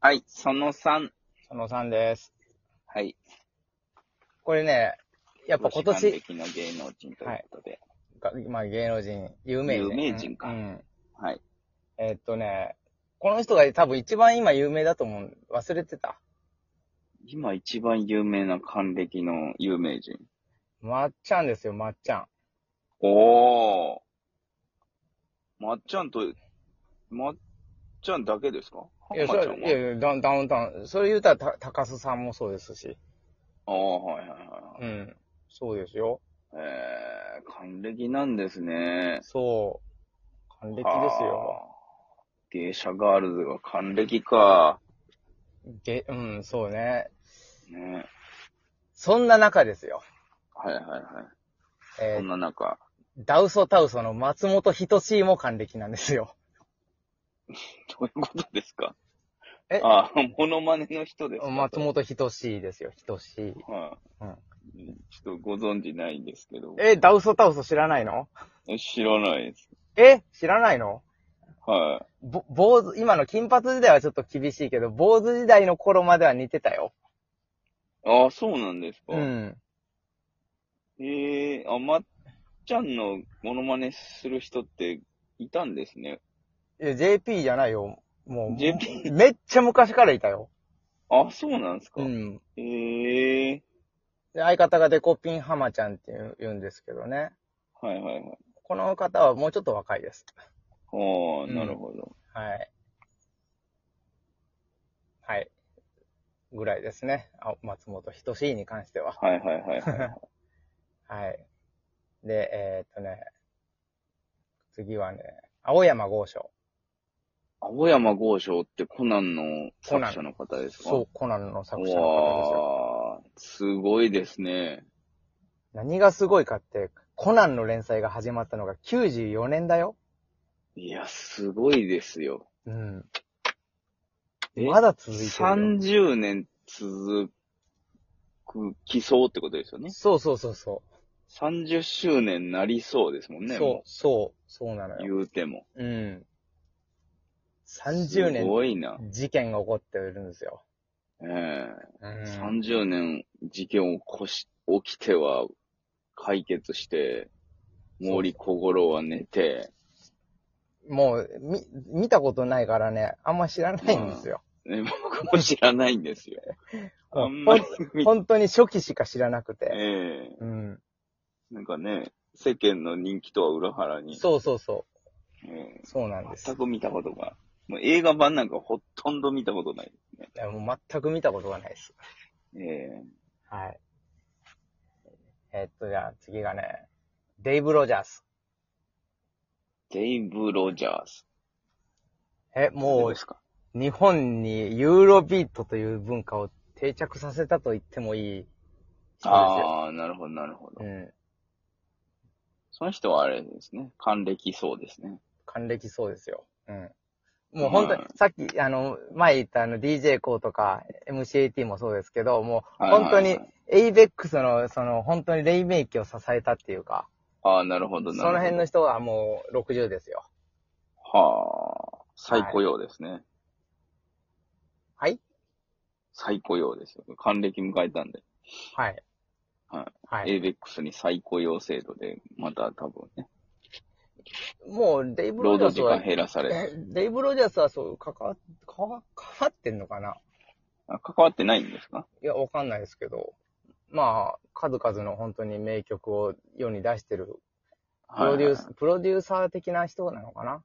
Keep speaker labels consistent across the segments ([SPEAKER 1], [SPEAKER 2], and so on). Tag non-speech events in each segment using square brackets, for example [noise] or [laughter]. [SPEAKER 1] はい、その3。
[SPEAKER 2] その3です。
[SPEAKER 1] はい。
[SPEAKER 2] これね、やっぱ今
[SPEAKER 1] 時間
[SPEAKER 2] 年、
[SPEAKER 1] 的な芸能人ということで。
[SPEAKER 2] がまあ芸能人、有名人。
[SPEAKER 1] 有名人か
[SPEAKER 2] うん。
[SPEAKER 1] はい。
[SPEAKER 2] えっとね、この人が多分一番今有名だと思う。忘れてた。
[SPEAKER 1] 今一番有名な還暦の有名人。
[SPEAKER 2] まっちゃんですよ、まっちゃん。
[SPEAKER 1] おー。まっちゃんと、まっちゃんだけですか
[SPEAKER 2] いや、
[SPEAKER 1] ま
[SPEAKER 2] そ
[SPEAKER 1] っ
[SPEAKER 2] れ
[SPEAKER 1] ちゃん
[SPEAKER 2] いや
[SPEAKER 1] は。
[SPEAKER 2] いやダウンダウンタウン。それ言うたらた、高須さんもそうですし。
[SPEAKER 1] ああ、はいはいは
[SPEAKER 2] うん。そうですよ。
[SPEAKER 1] いはい。えー、還暦なんですね。
[SPEAKER 2] そう。還暦です
[SPEAKER 1] あ
[SPEAKER 2] よ。
[SPEAKER 1] ー。芸者ガールズが還暦か。
[SPEAKER 2] げ、うん、そうね。
[SPEAKER 1] ね。
[SPEAKER 2] そんな中ですよ。
[SPEAKER 1] はいはいはい。
[SPEAKER 2] え
[SPEAKER 1] そん
[SPEAKER 2] ー
[SPEAKER 1] な中、
[SPEAKER 2] ダウソタウソの松本人志も還暦なんですよ。
[SPEAKER 1] どういうことですか
[SPEAKER 2] え
[SPEAKER 1] ああ、モノマネの人ですか
[SPEAKER 2] 松本人志ですよ、人志。
[SPEAKER 1] はい、
[SPEAKER 2] うん
[SPEAKER 1] ちょっとご存知ないんですけど。
[SPEAKER 2] え、ダウソタウソ知らないの
[SPEAKER 1] 知らないです。
[SPEAKER 2] え知らないの
[SPEAKER 1] は
[SPEAKER 2] ぼ、坊主、今の金髪時代はちょっと厳しいけど、坊主時代の頃までは似てたよ。
[SPEAKER 1] い。ああ、そうなんですか。
[SPEAKER 2] うん。
[SPEAKER 1] ええあ、まっちゃんのモノマネする人っていたんですね。
[SPEAKER 2] いや、JP じゃないよ。もう、
[SPEAKER 1] JP
[SPEAKER 2] めっちゃ昔からいたよ。
[SPEAKER 1] あ、そうなんですか。
[SPEAKER 2] うん。
[SPEAKER 1] ええ
[SPEAKER 2] で、相方がデコピンハマちゃんっていう言うんですけどね。
[SPEAKER 1] はいはいはい。
[SPEAKER 2] この方はもうちょっと若いです。
[SPEAKER 1] ああ、
[SPEAKER 2] うん
[SPEAKER 1] なるほど。
[SPEAKER 2] はい。はい。ぐらいですね。あ松本人志に関しては。
[SPEAKER 1] はいはいはいはい。
[SPEAKER 2] はい。で、えーっとね、次はね、青山豪昌。
[SPEAKER 1] 青山豪昌ってコナンの作者の方ですか
[SPEAKER 2] そう、コナンの作者の方ですよ。
[SPEAKER 1] わあ、すごいですね。
[SPEAKER 2] 何がすごいかって、コナンの連載が始まったのが94年だよ。
[SPEAKER 1] いや、すごいですよ。
[SPEAKER 2] うん。
[SPEAKER 1] え
[SPEAKER 2] まだ続いてるよ。
[SPEAKER 1] 30年続く、きそうってことですよね。
[SPEAKER 2] そうそうそうそ
[SPEAKER 1] 30周年なりそうですも
[SPEAKER 2] う。
[SPEAKER 1] んね。
[SPEAKER 2] そう、そう、そうな
[SPEAKER 1] も
[SPEAKER 2] の
[SPEAKER 1] う
[SPEAKER 2] よ。
[SPEAKER 1] 言うても。
[SPEAKER 2] うん。30
[SPEAKER 1] す
[SPEAKER 2] 年
[SPEAKER 1] ごいな。
[SPEAKER 2] 事件が起こってるんですよ。
[SPEAKER 1] ええ
[SPEAKER 2] うん。
[SPEAKER 1] 30年事件を起こし、起きては解決して、
[SPEAKER 2] そう
[SPEAKER 1] 毛利小五郎は寝て、
[SPEAKER 2] もう、み、見たことないからね、あんま知らないんですよ。 [laughs]
[SPEAKER 1] ね、僕も知らないんですよ。
[SPEAKER 2] も
[SPEAKER 1] あ
[SPEAKER 2] うん
[SPEAKER 1] まり [laughs] 見て、
[SPEAKER 2] 本当に初期しか知らなくて。
[SPEAKER 1] ええ
[SPEAKER 2] うん。
[SPEAKER 1] なんかね、世間の人気とは裏腹に、
[SPEAKER 2] そうそうそ
[SPEAKER 1] え
[SPEAKER 2] う。そうなん
[SPEAKER 1] え
[SPEAKER 2] です。
[SPEAKER 1] 全く見たことが、もう映画版なんかほとんど見たことないですね。
[SPEAKER 2] いやもう全く見たことがないです。
[SPEAKER 1] ええ
[SPEAKER 2] はい。えっと、じゃあ次がね、デイブ・ロジャース。
[SPEAKER 1] デイブ・ロジャース。
[SPEAKER 2] え、も
[SPEAKER 1] で
[SPEAKER 2] う
[SPEAKER 1] すか。
[SPEAKER 2] 日本にユーロビートという文化を定着させたと言ってもいい人ですよ。
[SPEAKER 1] ああ、なるほど、なるほど
[SPEAKER 2] う。ん。
[SPEAKER 1] その人はあれですね。還暦そうですね。
[SPEAKER 2] 還暦そうですよ。うん。もう本当に
[SPEAKER 1] うん、
[SPEAKER 2] さっき、あの、前言ったあの DJ コーとか MCAT もそうですけど、もう
[SPEAKER 1] はいはいはい
[SPEAKER 2] 本当に ABEX の、その、本当に黎明期を支えたっていうか、
[SPEAKER 1] ああ、なるほど、
[SPEAKER 2] そ
[SPEAKER 1] なるほど。
[SPEAKER 2] の辺の人はもう60ですよ。
[SPEAKER 1] はあ、再雇用ですね。
[SPEAKER 2] はい
[SPEAKER 1] 再雇用ですよ。還暦迎えたんで。
[SPEAKER 2] はい。
[SPEAKER 1] はい
[SPEAKER 2] はい。
[SPEAKER 1] エイベックスに再雇用制度で、また多分ね、
[SPEAKER 2] もう、デイブ・
[SPEAKER 1] 労
[SPEAKER 2] ロジ
[SPEAKER 1] 働時
[SPEAKER 2] ャースは
[SPEAKER 1] 間、減らされて。
[SPEAKER 2] えデイブ・ロジャースはそう、関わ、関わ、関わってんのかな
[SPEAKER 1] あ関わってないんですか
[SPEAKER 2] いや、わかんないですけど、まあ、数々の本当に名曲を世に出してる、プロデュース、
[SPEAKER 1] はい
[SPEAKER 2] プロデューサー的な人なのかな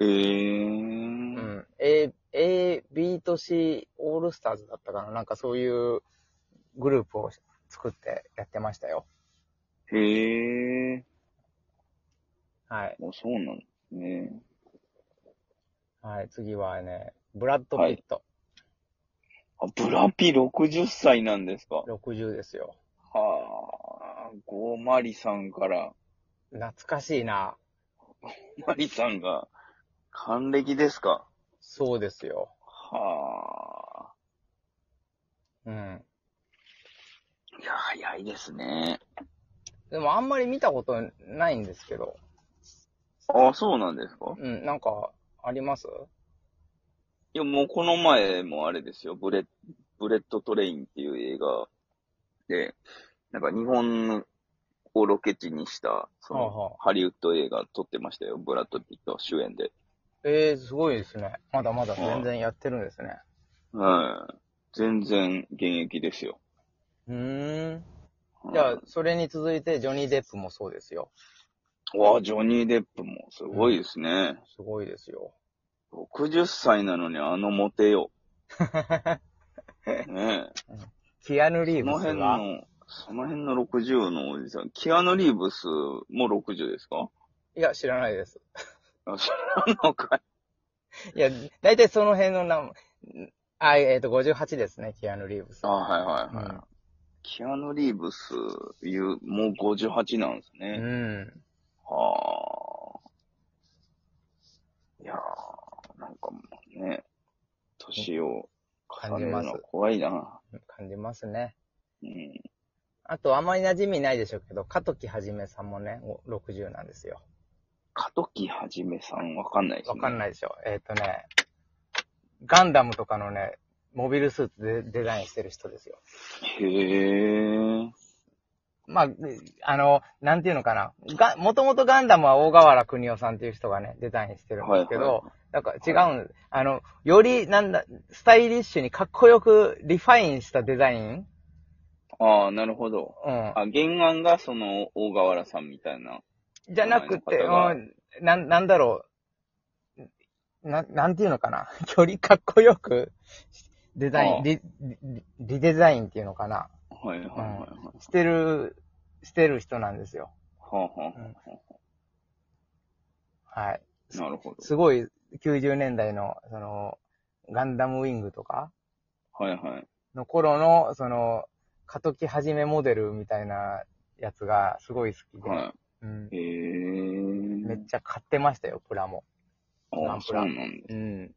[SPEAKER 1] え
[SPEAKER 2] う
[SPEAKER 1] ー。
[SPEAKER 2] ん。A、A、B と C オールスターズだったかななんかそういうグループを作ってやってましたよ。
[SPEAKER 1] へえ
[SPEAKER 2] はい。
[SPEAKER 1] ー。あそうなんですね。
[SPEAKER 2] はい、次はね、ブラッド・ピット、
[SPEAKER 1] あ、ブラピ60歳なんですか
[SPEAKER 2] 60ですよ。
[SPEAKER 1] はあ、ゴーマリさんから、
[SPEAKER 2] 懐かしいな。
[SPEAKER 1] マリさんが、還暦ですか
[SPEAKER 2] そうですよ。
[SPEAKER 1] はあ。
[SPEAKER 2] うん。
[SPEAKER 1] いや、早いですね。
[SPEAKER 2] でもあんまり見たことないんですけど。
[SPEAKER 1] あ、そうなんですか
[SPEAKER 2] うん、なんか、あります
[SPEAKER 1] いや、もうこの前もあれですよ、ブレッ、ブレッドトレインっていう映画で、なんか日本をロケ地にした、そ
[SPEAKER 2] はあ
[SPEAKER 1] の、
[SPEAKER 2] はあ
[SPEAKER 1] ハリウッド映画撮ってましたよ、ブラッド・ピット主演で。
[SPEAKER 2] ええすごいですね。まだまだ全然やってるんですね。
[SPEAKER 1] はい。全然現役ですよ。
[SPEAKER 2] うーん。
[SPEAKER 1] うん
[SPEAKER 2] じゃあ、それに続いて、ジョニー・デップもそうですよ。
[SPEAKER 1] わあ、ジョニー・デップもすごいですね。
[SPEAKER 2] すごいですよ。
[SPEAKER 1] 60歳なのにあのモテ [laughs] よ。ねえ。
[SPEAKER 2] キアヌ・
[SPEAKER 1] そ
[SPEAKER 2] リーブ
[SPEAKER 1] の
[SPEAKER 2] ス
[SPEAKER 1] 辺
[SPEAKER 2] が、
[SPEAKER 1] の、その辺の60のおじさん。キアヌ・リーブスも60ですか
[SPEAKER 2] いや、知らないです。
[SPEAKER 1] あ知らんのかい。
[SPEAKER 2] いや、だいたいその辺の名前、あ、えっ、と、58ですね、キアヌ・リーブス。
[SPEAKER 1] あ、はいはいはい。
[SPEAKER 2] うん
[SPEAKER 1] キアヌ・リーブスいう、もう58なんです
[SPEAKER 2] う
[SPEAKER 1] ね。
[SPEAKER 2] ん。
[SPEAKER 1] はあ。いやー、なんかもうね、年を重ねるのは怖いな。
[SPEAKER 2] 感じますね。
[SPEAKER 1] うん。
[SPEAKER 2] あと、あまり馴染みないでしょうけど、加藤木はじめさんもね、お60なんですよ。
[SPEAKER 1] 加藤木はじめさんわかんないです
[SPEAKER 2] わ
[SPEAKER 1] ね。
[SPEAKER 2] かん
[SPEAKER 1] い。
[SPEAKER 2] ないでしょ。えっ、とね、ガンダムとかのね、モビルスーツでデザインしてる人ですよ。
[SPEAKER 1] へえ。
[SPEAKER 2] まあ、であの、なんていうのかな。が、もともとガンダムは大河原邦夫さんっていう人がね、デザインしてるんですけど、
[SPEAKER 1] はいはい
[SPEAKER 2] なんか違うん、あの、より、なんだ、スタイリッシュにかっこよくリファインしたデザイン
[SPEAKER 1] ああ、なるほど。
[SPEAKER 2] うん。
[SPEAKER 1] あ、原案がその、大河原さんみたいな。
[SPEAKER 2] じゃなくて、
[SPEAKER 1] 名前の方が
[SPEAKER 2] うん、なん、なんだろう。な、なんていうのかな。 [laughs] よりかっこよく、デザイ
[SPEAKER 1] あ
[SPEAKER 2] ン、
[SPEAKER 1] あ
[SPEAKER 2] リ、リリデザインっていうのかな。
[SPEAKER 1] はいはいはいはい。
[SPEAKER 2] してる、してる人なんですよ。
[SPEAKER 1] はあはあはあは
[SPEAKER 2] はい。
[SPEAKER 1] あ。なるほど。
[SPEAKER 2] すごい、90年代の、その、ガンダムウィングとか
[SPEAKER 1] はいはい。
[SPEAKER 2] の頃の、その、カトキはじめモデルみたいなやつがすごい好きで、
[SPEAKER 1] は
[SPEAKER 2] うん
[SPEAKER 1] い。へえ。
[SPEAKER 2] めっちゃ買ってましたよ、プラも。
[SPEAKER 1] あ
[SPEAKER 2] ナ
[SPEAKER 1] あ、
[SPEAKER 2] ン
[SPEAKER 1] そ
[SPEAKER 2] プ
[SPEAKER 1] う
[SPEAKER 2] ラ
[SPEAKER 1] なんだ。
[SPEAKER 2] うん。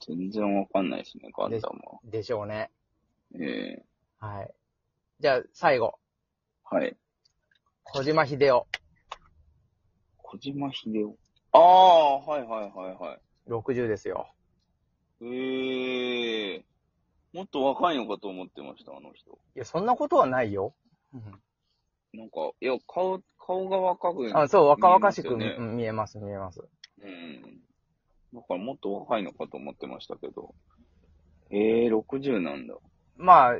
[SPEAKER 1] 全然わかんないですね、ガンダムは。
[SPEAKER 2] でしょうね。
[SPEAKER 1] ええ
[SPEAKER 2] はい。じゃあ、最後。
[SPEAKER 1] はい。
[SPEAKER 2] 小島秀夫。
[SPEAKER 1] 小島秀夫。ああ、はいはいはいはい。
[SPEAKER 2] 60ですよ。
[SPEAKER 1] ええもっと若いのかと思ってました、あの人。
[SPEAKER 2] いや、そんなことはないよ。
[SPEAKER 1] なんか、いや、顔、顔が若く
[SPEAKER 2] あそう、若々し
[SPEAKER 1] 見え
[SPEAKER 2] く
[SPEAKER 1] ますよね
[SPEAKER 2] うん見えます、見えます。
[SPEAKER 1] うん。だからもっと若いのかと思ってましたけど。ええー、60なんだ。
[SPEAKER 2] まあ、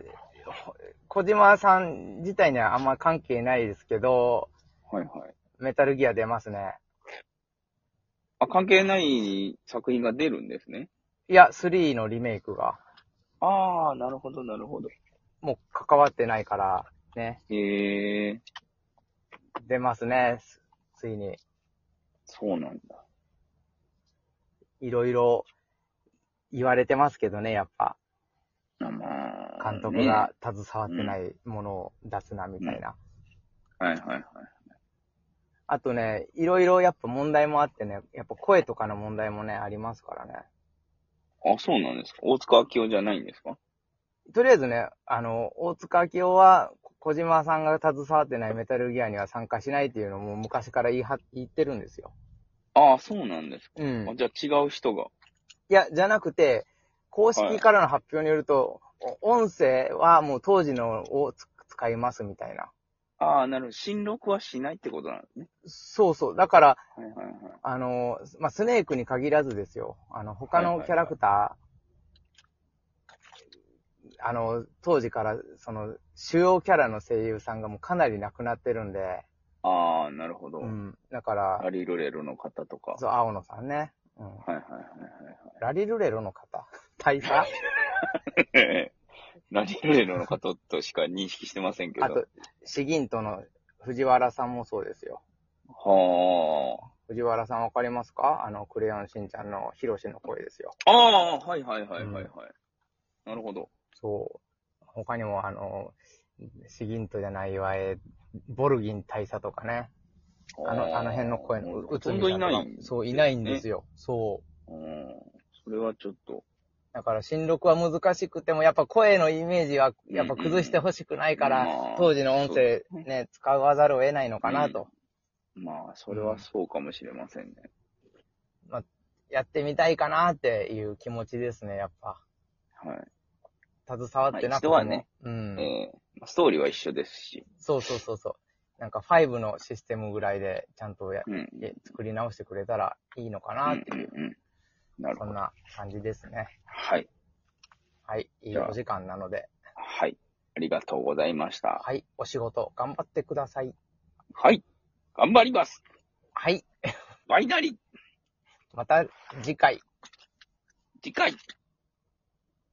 [SPEAKER 2] ほ小島さん自体にはあんま関係ないですけど、
[SPEAKER 1] はいはい。
[SPEAKER 2] メタルギア出ますね。
[SPEAKER 1] あ、関係ない作品が出るんですね。
[SPEAKER 2] いや、3のリメイクが、
[SPEAKER 1] ああ、なるほど、なるほど。
[SPEAKER 2] もう関わってないから、ね、
[SPEAKER 1] ええー、
[SPEAKER 2] 出ますね。すついに、
[SPEAKER 1] そうなんだ。
[SPEAKER 2] いろいろ言われてますけどね、やっぱ。
[SPEAKER 1] あまあ、
[SPEAKER 2] 監督が携わってないものを出すな、みたいな。
[SPEAKER 1] ね。はいはいはい。
[SPEAKER 2] あとね、いろいろやっぱ問題もあってね、やっぱ声とかの問題もね、ありますからね。
[SPEAKER 1] あ、そうなんですか。大塚明夫じゃないんですか
[SPEAKER 2] とりあえずね、あの、大塚明夫は、こ小島さんが携わってないメタルギアには参加しないっていうのも昔から言いは言ってるんですよ。
[SPEAKER 1] ああ、そうなんですか。
[SPEAKER 2] う
[SPEAKER 1] あ
[SPEAKER 2] ん。
[SPEAKER 1] じゃあ違う人が。
[SPEAKER 2] いや、じゃなくて、公式からの発表によると、お音声はもう当時のをつ使いますみたいな。
[SPEAKER 1] ああ、なるほど。新録はしないってことなんですね。
[SPEAKER 2] そうそう。だから、
[SPEAKER 1] はいはいはい。
[SPEAKER 2] あの、まあ、スネークに限らずですよ。あの、他のキャラクター、あの、当時から、その、主要キャラの声優さんがもうかなり亡くなってるんで、
[SPEAKER 1] ああ、なるほど。
[SPEAKER 2] うん。だから
[SPEAKER 1] ア、リルレロの方とか。
[SPEAKER 2] そう、青野さんね。うん。
[SPEAKER 1] はいはいは
[SPEAKER 2] ラリルレロの方。 [laughs] 大佐
[SPEAKER 1] いはいアリルレロの方としか認識してませんけど。
[SPEAKER 2] あと、シギントの藤原さんもそうですよ。
[SPEAKER 1] は
[SPEAKER 2] 藤原さんわかりますかあの、クレヨンしんちゃんのヒロシの声ですよ。
[SPEAKER 1] あ。ああ、はいはいはいはいはい。
[SPEAKER 2] うん
[SPEAKER 1] なるほど。
[SPEAKER 2] そう。他にも、あの、シギントじゃないわえ、ボルギン大佐とかね。あの、あの辺の声の、
[SPEAKER 1] う
[SPEAKER 2] うつ
[SPEAKER 1] ほん
[SPEAKER 2] み
[SPEAKER 1] と
[SPEAKER 2] さ
[SPEAKER 1] い
[SPEAKER 2] んと
[SPEAKER 1] な
[SPEAKER 2] か
[SPEAKER 1] い。
[SPEAKER 2] そう、いないんです
[SPEAKER 1] よ。
[SPEAKER 2] よ。そう。
[SPEAKER 1] うん。それはちょっと。
[SPEAKER 2] だから、新録は難しくても、やっぱ声のイメージは、やっぱ崩してほしくないから、
[SPEAKER 1] うんうんうん
[SPEAKER 2] 当時の音声
[SPEAKER 1] そうです
[SPEAKER 2] ね、使わざるを得ないのかなと。
[SPEAKER 1] まあ、それはそうかもしれませんね。
[SPEAKER 2] やってみたいかなっていう気持ちですね、やっぱ。
[SPEAKER 1] はい。
[SPEAKER 2] 携わってなくても。
[SPEAKER 1] まあ一度はね
[SPEAKER 2] うん。
[SPEAKER 1] えーストーリーは一緒ですし、
[SPEAKER 2] そうそうそうそう。なんか5のシステムぐらいでちゃんとや、
[SPEAKER 1] うん。うん
[SPEAKER 2] え作り直してくれたらいいのか
[SPEAKER 1] う
[SPEAKER 2] なっていう、
[SPEAKER 1] んうん。なる
[SPEAKER 2] そ
[SPEAKER 1] ほ
[SPEAKER 2] ん
[SPEAKER 1] ど。
[SPEAKER 2] な感じですね。
[SPEAKER 1] はい。
[SPEAKER 2] はい。いい
[SPEAKER 1] じゃあ
[SPEAKER 2] お時間なので。
[SPEAKER 1] はい。ありがとうございました。
[SPEAKER 2] はい。お仕事頑張ってください。
[SPEAKER 1] はい。頑張ります。
[SPEAKER 2] はい。
[SPEAKER 1] ワイナリー、
[SPEAKER 2] また次回。
[SPEAKER 1] 次回。